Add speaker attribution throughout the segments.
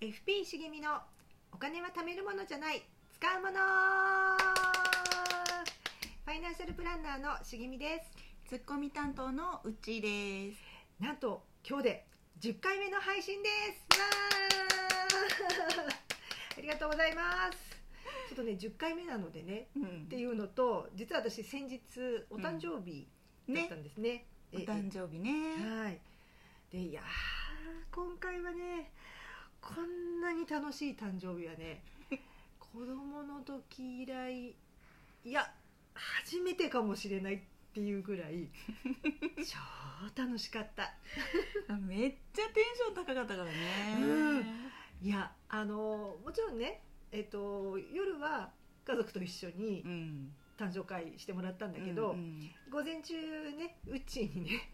Speaker 1: FP 茂みのお金は貯めるものじゃない使うものファイナンシャルプランナーの茂みです
Speaker 2: ツッコミ担当のうちです。
Speaker 1: なんと今日で10回目の配信ですわー ありがとうございますちょっとね10回目なのでね
Speaker 2: うん
Speaker 1: っていうのと実は私先日お誕生日だっ
Speaker 2: ね
Speaker 1: た、んですね,
Speaker 2: お
Speaker 1: え、
Speaker 2: 誕生日ね。
Speaker 1: はい。でいやー今回はねこんなに楽しい誕生日は ね子供の時以来いや初めてかもしれないっていうぐら い超楽しかった
Speaker 2: めっちゃテンション高かったからね。
Speaker 1: うんいやあのもちろんねえっと夜は家族と一緒に
Speaker 2: うん。
Speaker 1: 誕生会してもらったんだけど、
Speaker 2: うんうん
Speaker 1: 午前中ねうちにね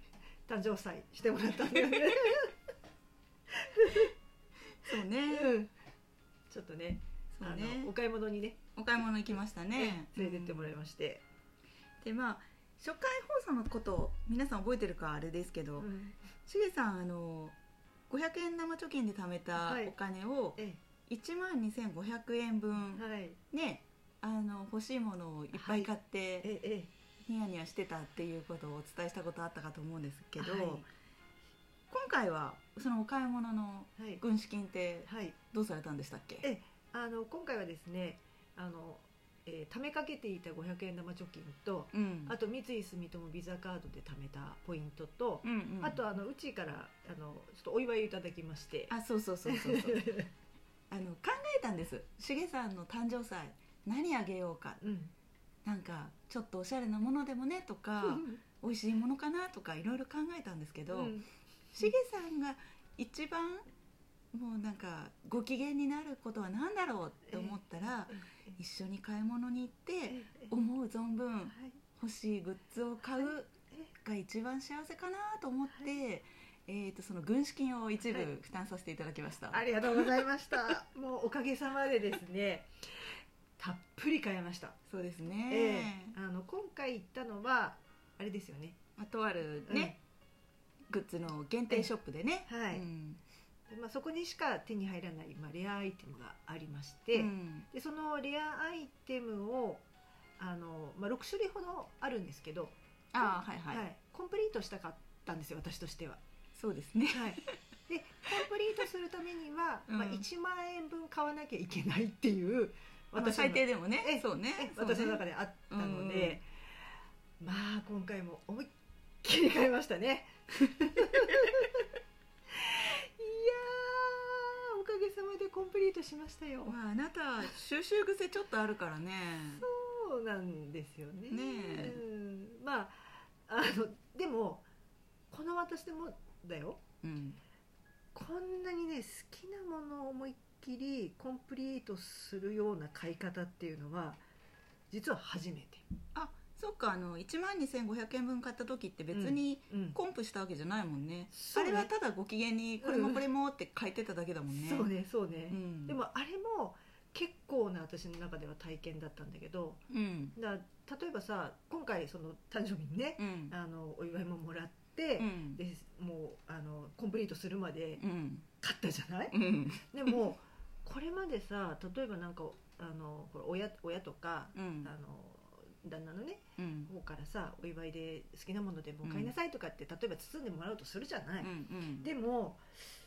Speaker 1: 誕生祭してもらったんだよね
Speaker 2: そうね。
Speaker 1: うんちょっとね
Speaker 2: そ
Speaker 1: あ
Speaker 2: うね
Speaker 1: のお。買い物にね
Speaker 2: お買い物行きましたね。
Speaker 1: 連れてってもら
Speaker 2: い
Speaker 1: いまして、
Speaker 2: でまあ初回放送のこと皆さん覚えてるかあれですけ
Speaker 1: う
Speaker 2: ど、
Speaker 1: ん
Speaker 2: しげさんあの500円生貯金で貯めた
Speaker 1: はい
Speaker 2: お金を
Speaker 1: え
Speaker 2: 1万2500円分
Speaker 1: えはい
Speaker 2: ね。あの欲しいものをいっぱい買って、
Speaker 1: ええ
Speaker 2: ニヤニヤしてたっていうことをお伝えしたことあったかと思うんですけど、
Speaker 1: はい
Speaker 2: 今回はそのお買い物の
Speaker 1: はい
Speaker 2: 軍資金って
Speaker 1: はい
Speaker 2: どうされたんでしたっけ
Speaker 1: えあの今回はですねあの、えー貯めかけていた500円玉貯金と
Speaker 2: うん
Speaker 1: あと三井住友ビザカードで貯めたポイントと、
Speaker 2: うんうん
Speaker 1: あとあのうちからあのちょっとお祝いをいただきまして
Speaker 2: あそうそうそ うそうそう
Speaker 1: う
Speaker 2: あの考えたんですしげさんの誕生祭何あげようか
Speaker 1: ん
Speaker 2: なんかちょっとおしゃれなものでもね とか美味しいものかなとかいろいろ考えたんですけど、
Speaker 1: うん
Speaker 2: しげさんが一番もうなんかご機嫌になることは何だろうって思ったら、一緒に買い物に行って、
Speaker 1: ええ
Speaker 2: 思う存分
Speaker 1: はい
Speaker 2: 欲しいグッズを買う
Speaker 1: え
Speaker 2: が一番幸せかなと思って、えー、とその軍資金を一部
Speaker 1: はい
Speaker 2: 負担させていただきました、
Speaker 1: ありがとうございました。もうおかげさまでですね、たっぷり買えました。
Speaker 2: そうです
Speaker 1: ええ
Speaker 2: ね、
Speaker 1: あの今回行ったのはあれですよね。
Speaker 2: まあとあるね、グッズの限定ショップでね、
Speaker 1: ええはい
Speaker 2: うん
Speaker 1: でまあそこにしか手に入らないまあレアアイテムがありまして、
Speaker 2: うん
Speaker 1: でそのレアアイテムをあのまあ六種類ほどあるんですけど、
Speaker 2: ああはいはい、
Speaker 1: コンプリートしたかったんですよ私としては。
Speaker 2: そうですね
Speaker 1: はい。 でコンプリートするためには、
Speaker 2: うん
Speaker 1: まあ1万円分買わなきゃいけないっていう
Speaker 2: まあ
Speaker 1: の
Speaker 2: 最低でもね、
Speaker 1: ええ
Speaker 2: そうね
Speaker 1: ね
Speaker 2: そう
Speaker 1: 私の中
Speaker 2: ね
Speaker 1: であったので、まあ今回も思いっきり買いましたねいやーおかげさまでコンプリートしましたよ
Speaker 2: まああなた収集癖ちょっとあるからね
Speaker 1: そうなんですよね
Speaker 2: ねえ
Speaker 1: うん、まああのでもこの私でもだよ
Speaker 2: うん
Speaker 1: こんなにね好きなものを思いっきりコンプリートするような買い方っていうのは実は初めて、
Speaker 2: あそっかあの1万2500円分買った時って別に
Speaker 1: うん
Speaker 2: コンプしたわけじゃないもんね、
Speaker 1: そ
Speaker 2: あ
Speaker 1: うね
Speaker 2: れはただご機嫌にこれもこれもって書いてただけだもんね、
Speaker 1: そうねそうね、
Speaker 2: うん、
Speaker 1: でもあれも結構な私の中では体験だったんだけど
Speaker 2: うん
Speaker 1: だ例えばさ今回その誕生日にね
Speaker 2: うん
Speaker 1: あのお祝いももらって、
Speaker 2: うん
Speaker 1: でもうあのコンプリートするまで
Speaker 2: うん
Speaker 1: 買ったじゃない、
Speaker 2: うん
Speaker 1: でもこれまでさ例えばなんかあのほら親親とか、
Speaker 2: うん
Speaker 1: あの旦那のね
Speaker 2: うん
Speaker 1: 方からさお祝いで好きなものでも買いなさいとかって、例えば包んでもらうとするじゃない、
Speaker 2: うん
Speaker 1: でも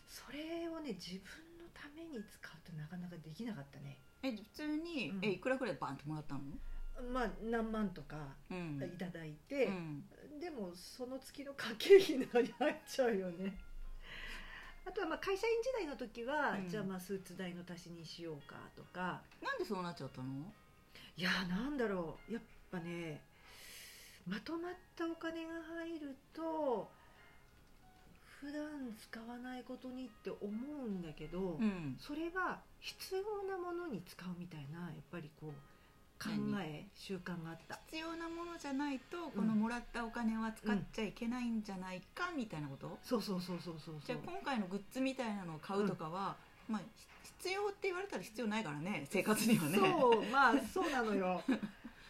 Speaker 1: それをね自分のために使うってなかなかできなかったね
Speaker 2: え普通に、
Speaker 1: うん
Speaker 2: えいくらくらいバンともらったの
Speaker 1: まあ何万とか
Speaker 2: うん
Speaker 1: いただいて
Speaker 2: う、ん
Speaker 1: でもその月の家計費に入っちゃうよ ねあとはまあ会社員時代の時は、
Speaker 2: うん
Speaker 1: じゃあまあスーツ代の足しにしようかとか
Speaker 2: なんでそうなっちゃったの
Speaker 1: いやーなんだろうやっぱねまとまったお金が入ると普段使わないことにって思うんだけど、
Speaker 2: うん
Speaker 1: それは必要なものに使うみたいなやっぱりこう考え習慣があった
Speaker 2: 必要なものじゃないとこのもらったお金は使っちゃいけないんじゃないかみたいなこと、
Speaker 1: そうそうそうそうそう
Speaker 2: じゃあ今回のグッズみたいなのを買うとかは、まあひ必要って言われたら必要ないからね生活にはね
Speaker 1: そうまあそうなのよ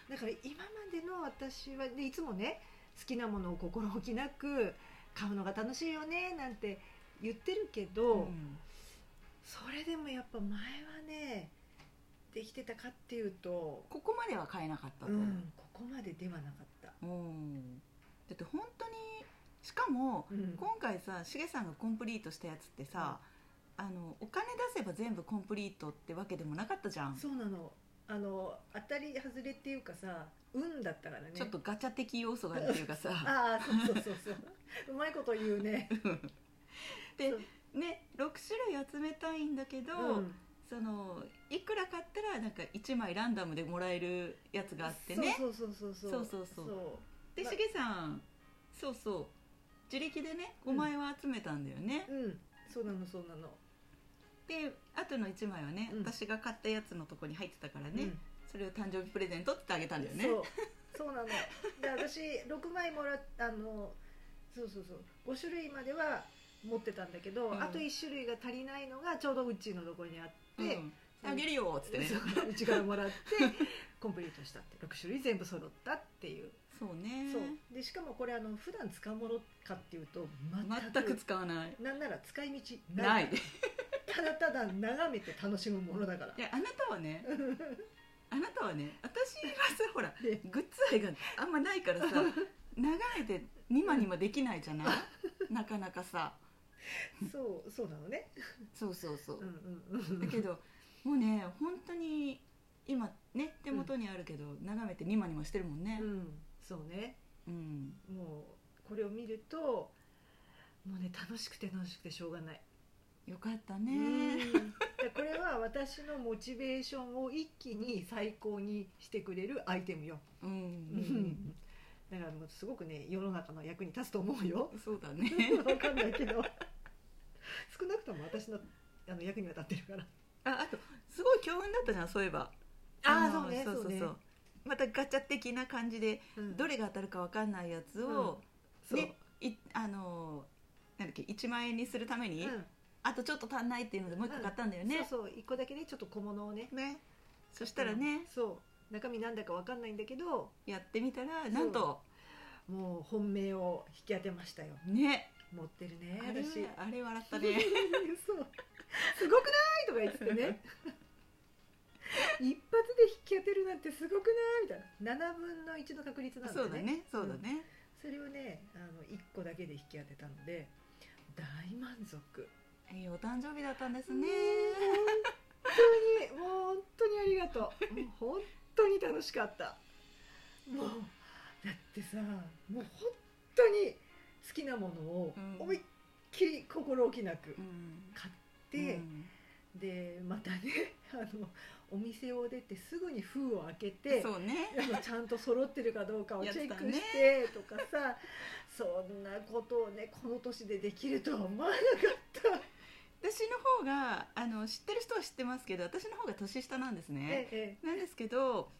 Speaker 1: だから今までの私はでいつもね好きなものを心置きなく買うのが楽しいよねなんて言ってるけど、
Speaker 2: ん
Speaker 1: それでもやっぱ前はねできてたかっていうと、
Speaker 2: ここまでは買えなかった
Speaker 1: う
Speaker 2: と、
Speaker 1: ん、ここまでではなかった、
Speaker 2: うんだって本当にしかも
Speaker 1: うん
Speaker 2: 今回さしげさんがコンプリートしたやつってさ、あのお金出せば全部コンプリートってわけでもなかったじゃん、
Speaker 1: そうなのあの当たり外れっていうかさ運だったからね
Speaker 2: ちょっとガチャ的要素があるっていうかさ
Speaker 1: ああそうそうそうそううまいこと言う ね
Speaker 2: で
Speaker 1: そう
Speaker 2: ね6種類集めたいんだけど、
Speaker 1: うん
Speaker 2: そのいくら買ったらなんか1枚ランダムでもらえるやつがあってね
Speaker 1: そうそうそうそう
Speaker 2: そうそうそう
Speaker 1: そ
Speaker 2: でしげさんそうそう自力でね5枚は集めたんだよね、
Speaker 1: ううんそうなのそうなの
Speaker 2: であとの1枚はね、
Speaker 1: うん
Speaker 2: 私が買ったやつのとこに入ってたからね、それを誕生日プレゼントってあげた
Speaker 1: うんん
Speaker 2: だよね
Speaker 1: そうそうなので私6枚もらっあのそうそうそう5種類までは持ってたんだけど、
Speaker 2: うん
Speaker 1: あと1種類が足りないのがちょうどうちのとこにあって、
Speaker 2: うんあげるよっつってね
Speaker 1: そううちからもらって コンプリートしたって6種類全部揃ったっていう
Speaker 2: そうね
Speaker 1: そうでしかもこれあの普段使うものかっていうと
Speaker 2: 全く使わない
Speaker 1: なんなら使い道
Speaker 2: ない
Speaker 1: ただただ眺めて楽しむものだから
Speaker 2: いやあなたはねあなたはね私はさほら
Speaker 1: で
Speaker 2: グッズ愛があんまないからさ長いでにまにまできないじゃない なかなかさ
Speaker 1: そうそうなのね
Speaker 2: そうそうそううん
Speaker 1: うんうん
Speaker 2: だけどもうね本当に今ね手元にあるけど、眺めてにまにましてるもんね
Speaker 1: うんそうね
Speaker 2: うん、
Speaker 1: もうこれを見るともうね楽しくて楽しくてしょうがない
Speaker 2: よかったね
Speaker 1: うんでこれは私のモチベーションを一気に最高にしてくれるアイテムよ
Speaker 2: うん、
Speaker 1: だからもうすごくね世の中の役に立つと思うよ
Speaker 2: そうだね
Speaker 1: わかんないけど少なくとも私のあの役には立ってるから
Speaker 2: ああとすごい強運だったじゃんそういえば
Speaker 1: あー
Speaker 2: の
Speaker 1: そうね
Speaker 2: そうそう
Speaker 1: そうね
Speaker 2: そうまたガチャ的な感じで、
Speaker 1: うん
Speaker 2: どれが当たるかわかんないやつを、
Speaker 1: そう、
Speaker 2: ねいあのーなんだっけ1万円にするため
Speaker 1: う
Speaker 2: に、
Speaker 1: ん
Speaker 2: あとちょっと足んないっていうのでもう一個買ったんだよね、
Speaker 1: そうそう一個だけねちょっと小物をね
Speaker 2: ねそしたらね、
Speaker 1: そう中身なんだかわかんないんだけど
Speaker 2: やってみたらなんと
Speaker 1: もう本命を引き当てましたよ
Speaker 2: ね
Speaker 1: 持ってるね
Speaker 2: あれ
Speaker 1: 私
Speaker 2: はあれ笑ったね
Speaker 1: そうすごくないとか言ってて ね一発で引き当てるなんてすごくないみたいな7分の1の確率なんだ
Speaker 2: そ
Speaker 1: よ
Speaker 2: うだねそうだね、
Speaker 1: それをねあの1個だけで引き当てたので大満足
Speaker 2: いいお誕生日だったんですね、
Speaker 1: 本当にもう本当にありがとうもう本当に楽しかったもうだってさもう本当に好きなものを
Speaker 2: うん
Speaker 1: 思いっきり心置きなく
Speaker 2: うん
Speaker 1: 買って、
Speaker 2: うん
Speaker 1: でまたね あのお店を出てすぐに封を開けて
Speaker 2: そうね
Speaker 1: あのちゃんと揃ってるかどうかをチ
Speaker 2: やって
Speaker 1: ェッ
Speaker 2: た
Speaker 1: クし
Speaker 2: ね
Speaker 1: てとかさ、そんなことをねこの年でできるとは思わなかった。
Speaker 2: 私の方があの知ってる人は知ってますけど私の方が年下なんですね
Speaker 1: ええ
Speaker 2: なんですけど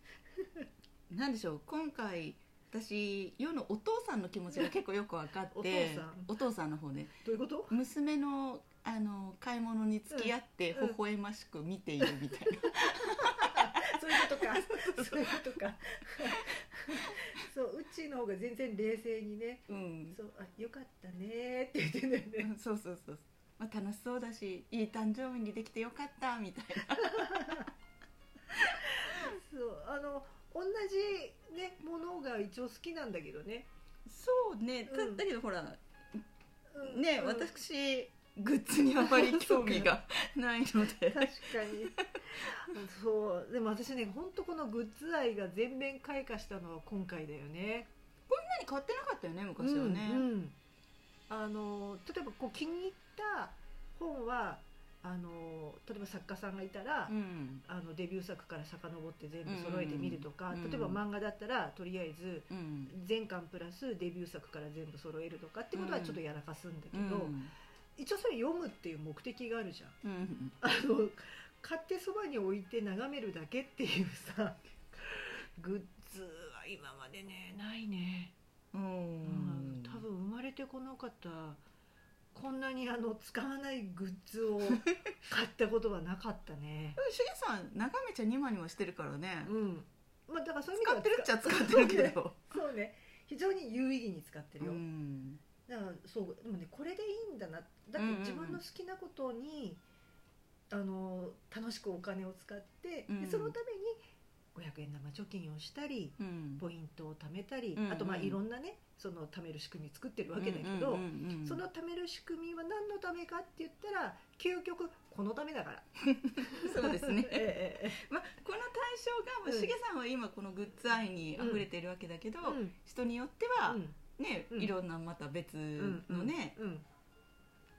Speaker 2: なんでしょう今回私世のお父さんの気持ちが結構よく分かっ
Speaker 1: お
Speaker 2: て
Speaker 1: 父さん
Speaker 2: お父さんの方ね
Speaker 1: どういうこと
Speaker 2: 娘のあの買い物に付き合って微
Speaker 1: うんうん
Speaker 2: 笑ましく見ているみたいな、
Speaker 1: そういうことか そういうことかそううちの方が全然冷静にね
Speaker 2: うん
Speaker 1: そうあよかったねーって言ってんだよね
Speaker 2: うんそうそうそう、まあ、楽しそうだしいい誕生日にできてよかったみたいな
Speaker 1: そうあの同じねものが一応好きなんだけどね、
Speaker 2: そうねた
Speaker 1: うん
Speaker 2: だけどほら、
Speaker 1: うん
Speaker 2: ね、
Speaker 1: うん
Speaker 2: 私グッズにあまり興味がないので
Speaker 1: 確かにそうでも私ね本当このグッズ愛が全面開花したのは今回だよね
Speaker 2: 何買ってなかったよね昔はね、
Speaker 1: うんうんあの例えばこう気に入った本はあの例えば作家さんがいたら、
Speaker 2: うん
Speaker 1: あのデビュー作から遡って全部揃えてみるとか、
Speaker 2: うんうん
Speaker 1: 例えば漫画だったらとりあえず
Speaker 2: うん
Speaker 1: 全巻プラスデビュー作から全部揃えるとかってことは
Speaker 2: うん
Speaker 1: ちょっとやらかすんだけ
Speaker 2: う
Speaker 1: ど、
Speaker 2: ん
Speaker 1: 一応それ読むっていう目的があるじゃん。
Speaker 2: うん
Speaker 1: あの買ってそばに置いて眺めるだけっていうさ グッズは今までねないね、
Speaker 2: う
Speaker 1: うんん、多分生まれてこなかったこんなにあの使わないグッズを買ったことはなかったね。
Speaker 2: しげさん眺めちゃにまにましてるからね、
Speaker 1: うんまあ、だからそういう意
Speaker 2: 使っ
Speaker 1: 味
Speaker 2: て
Speaker 1: で
Speaker 2: る
Speaker 1: は
Speaker 2: っちゃ使ってるけ
Speaker 1: そうね
Speaker 2: ど
Speaker 1: そうね非常に有意義に使ってるよ、
Speaker 2: ん
Speaker 1: だからそうでもねこれでいいんだなだって自分の好きなことにあの楽しくお金を使って、で
Speaker 2: うん
Speaker 1: そのために500円生貯金をしたり
Speaker 2: うん
Speaker 1: ポイントを貯めたり、
Speaker 2: うん
Speaker 1: あとまあ
Speaker 2: うん
Speaker 1: いろんなねその貯める仕組み作ってるわけだけど、
Speaker 2: うんうんうんうん
Speaker 1: その貯める仕組みは何のためかって言ったら究極このためだから、
Speaker 2: そうですね
Speaker 1: えええ
Speaker 2: まあ、この対象が、まあ、
Speaker 1: うん
Speaker 2: しげさんは今このグッズ愛に溢れているわけだけど、
Speaker 1: えうん
Speaker 2: 人によっては、ね
Speaker 1: うん
Speaker 2: いろんなまた別のね、
Speaker 1: うんうん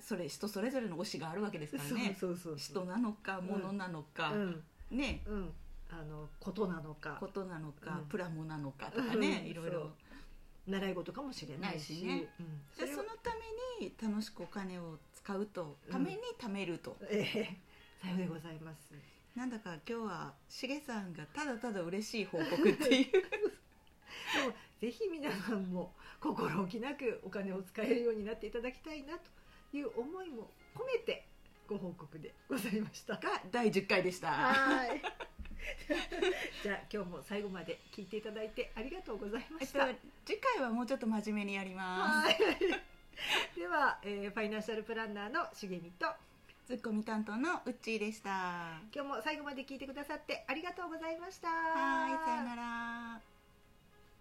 Speaker 2: それ人それぞれの推しがあるわけですからね
Speaker 1: そうそうそう
Speaker 2: 人なのかものなのか、
Speaker 1: うん
Speaker 2: ね
Speaker 1: うんあのことなのか
Speaker 2: ことなのか、
Speaker 1: うん
Speaker 2: プラモなのかとかね、
Speaker 1: うん
Speaker 2: いろい
Speaker 1: そ
Speaker 2: ろ
Speaker 1: う習い事かもしれないし
Speaker 2: ないしね
Speaker 1: うんそ
Speaker 2: で
Speaker 1: れ
Speaker 2: そ
Speaker 1: を
Speaker 2: のために楽しくお金を使うとために貯めると、
Speaker 1: ええ さようでございます
Speaker 2: なんだか今日はしげさんがただただ嬉しい報告っていう
Speaker 1: ぜひ皆さんも心置きなくお金を使えるようになっていただきたいなという思いも込めてご報告でございました
Speaker 2: が第10回でした。
Speaker 1: はい。じゃあ今日も最後まで聞いていただいてありがとうございま
Speaker 2: えっ
Speaker 1: し
Speaker 2: と
Speaker 1: た。
Speaker 2: 次回はもうちょっと真面目にやりま
Speaker 1: はい。では、えーファイナンシャルプランナーのしげみと
Speaker 2: す。ツッコミ担当のうっちーでした。は
Speaker 1: 今日も最後まで聞いてくださってありがとうございました。
Speaker 2: ーい、さよなら。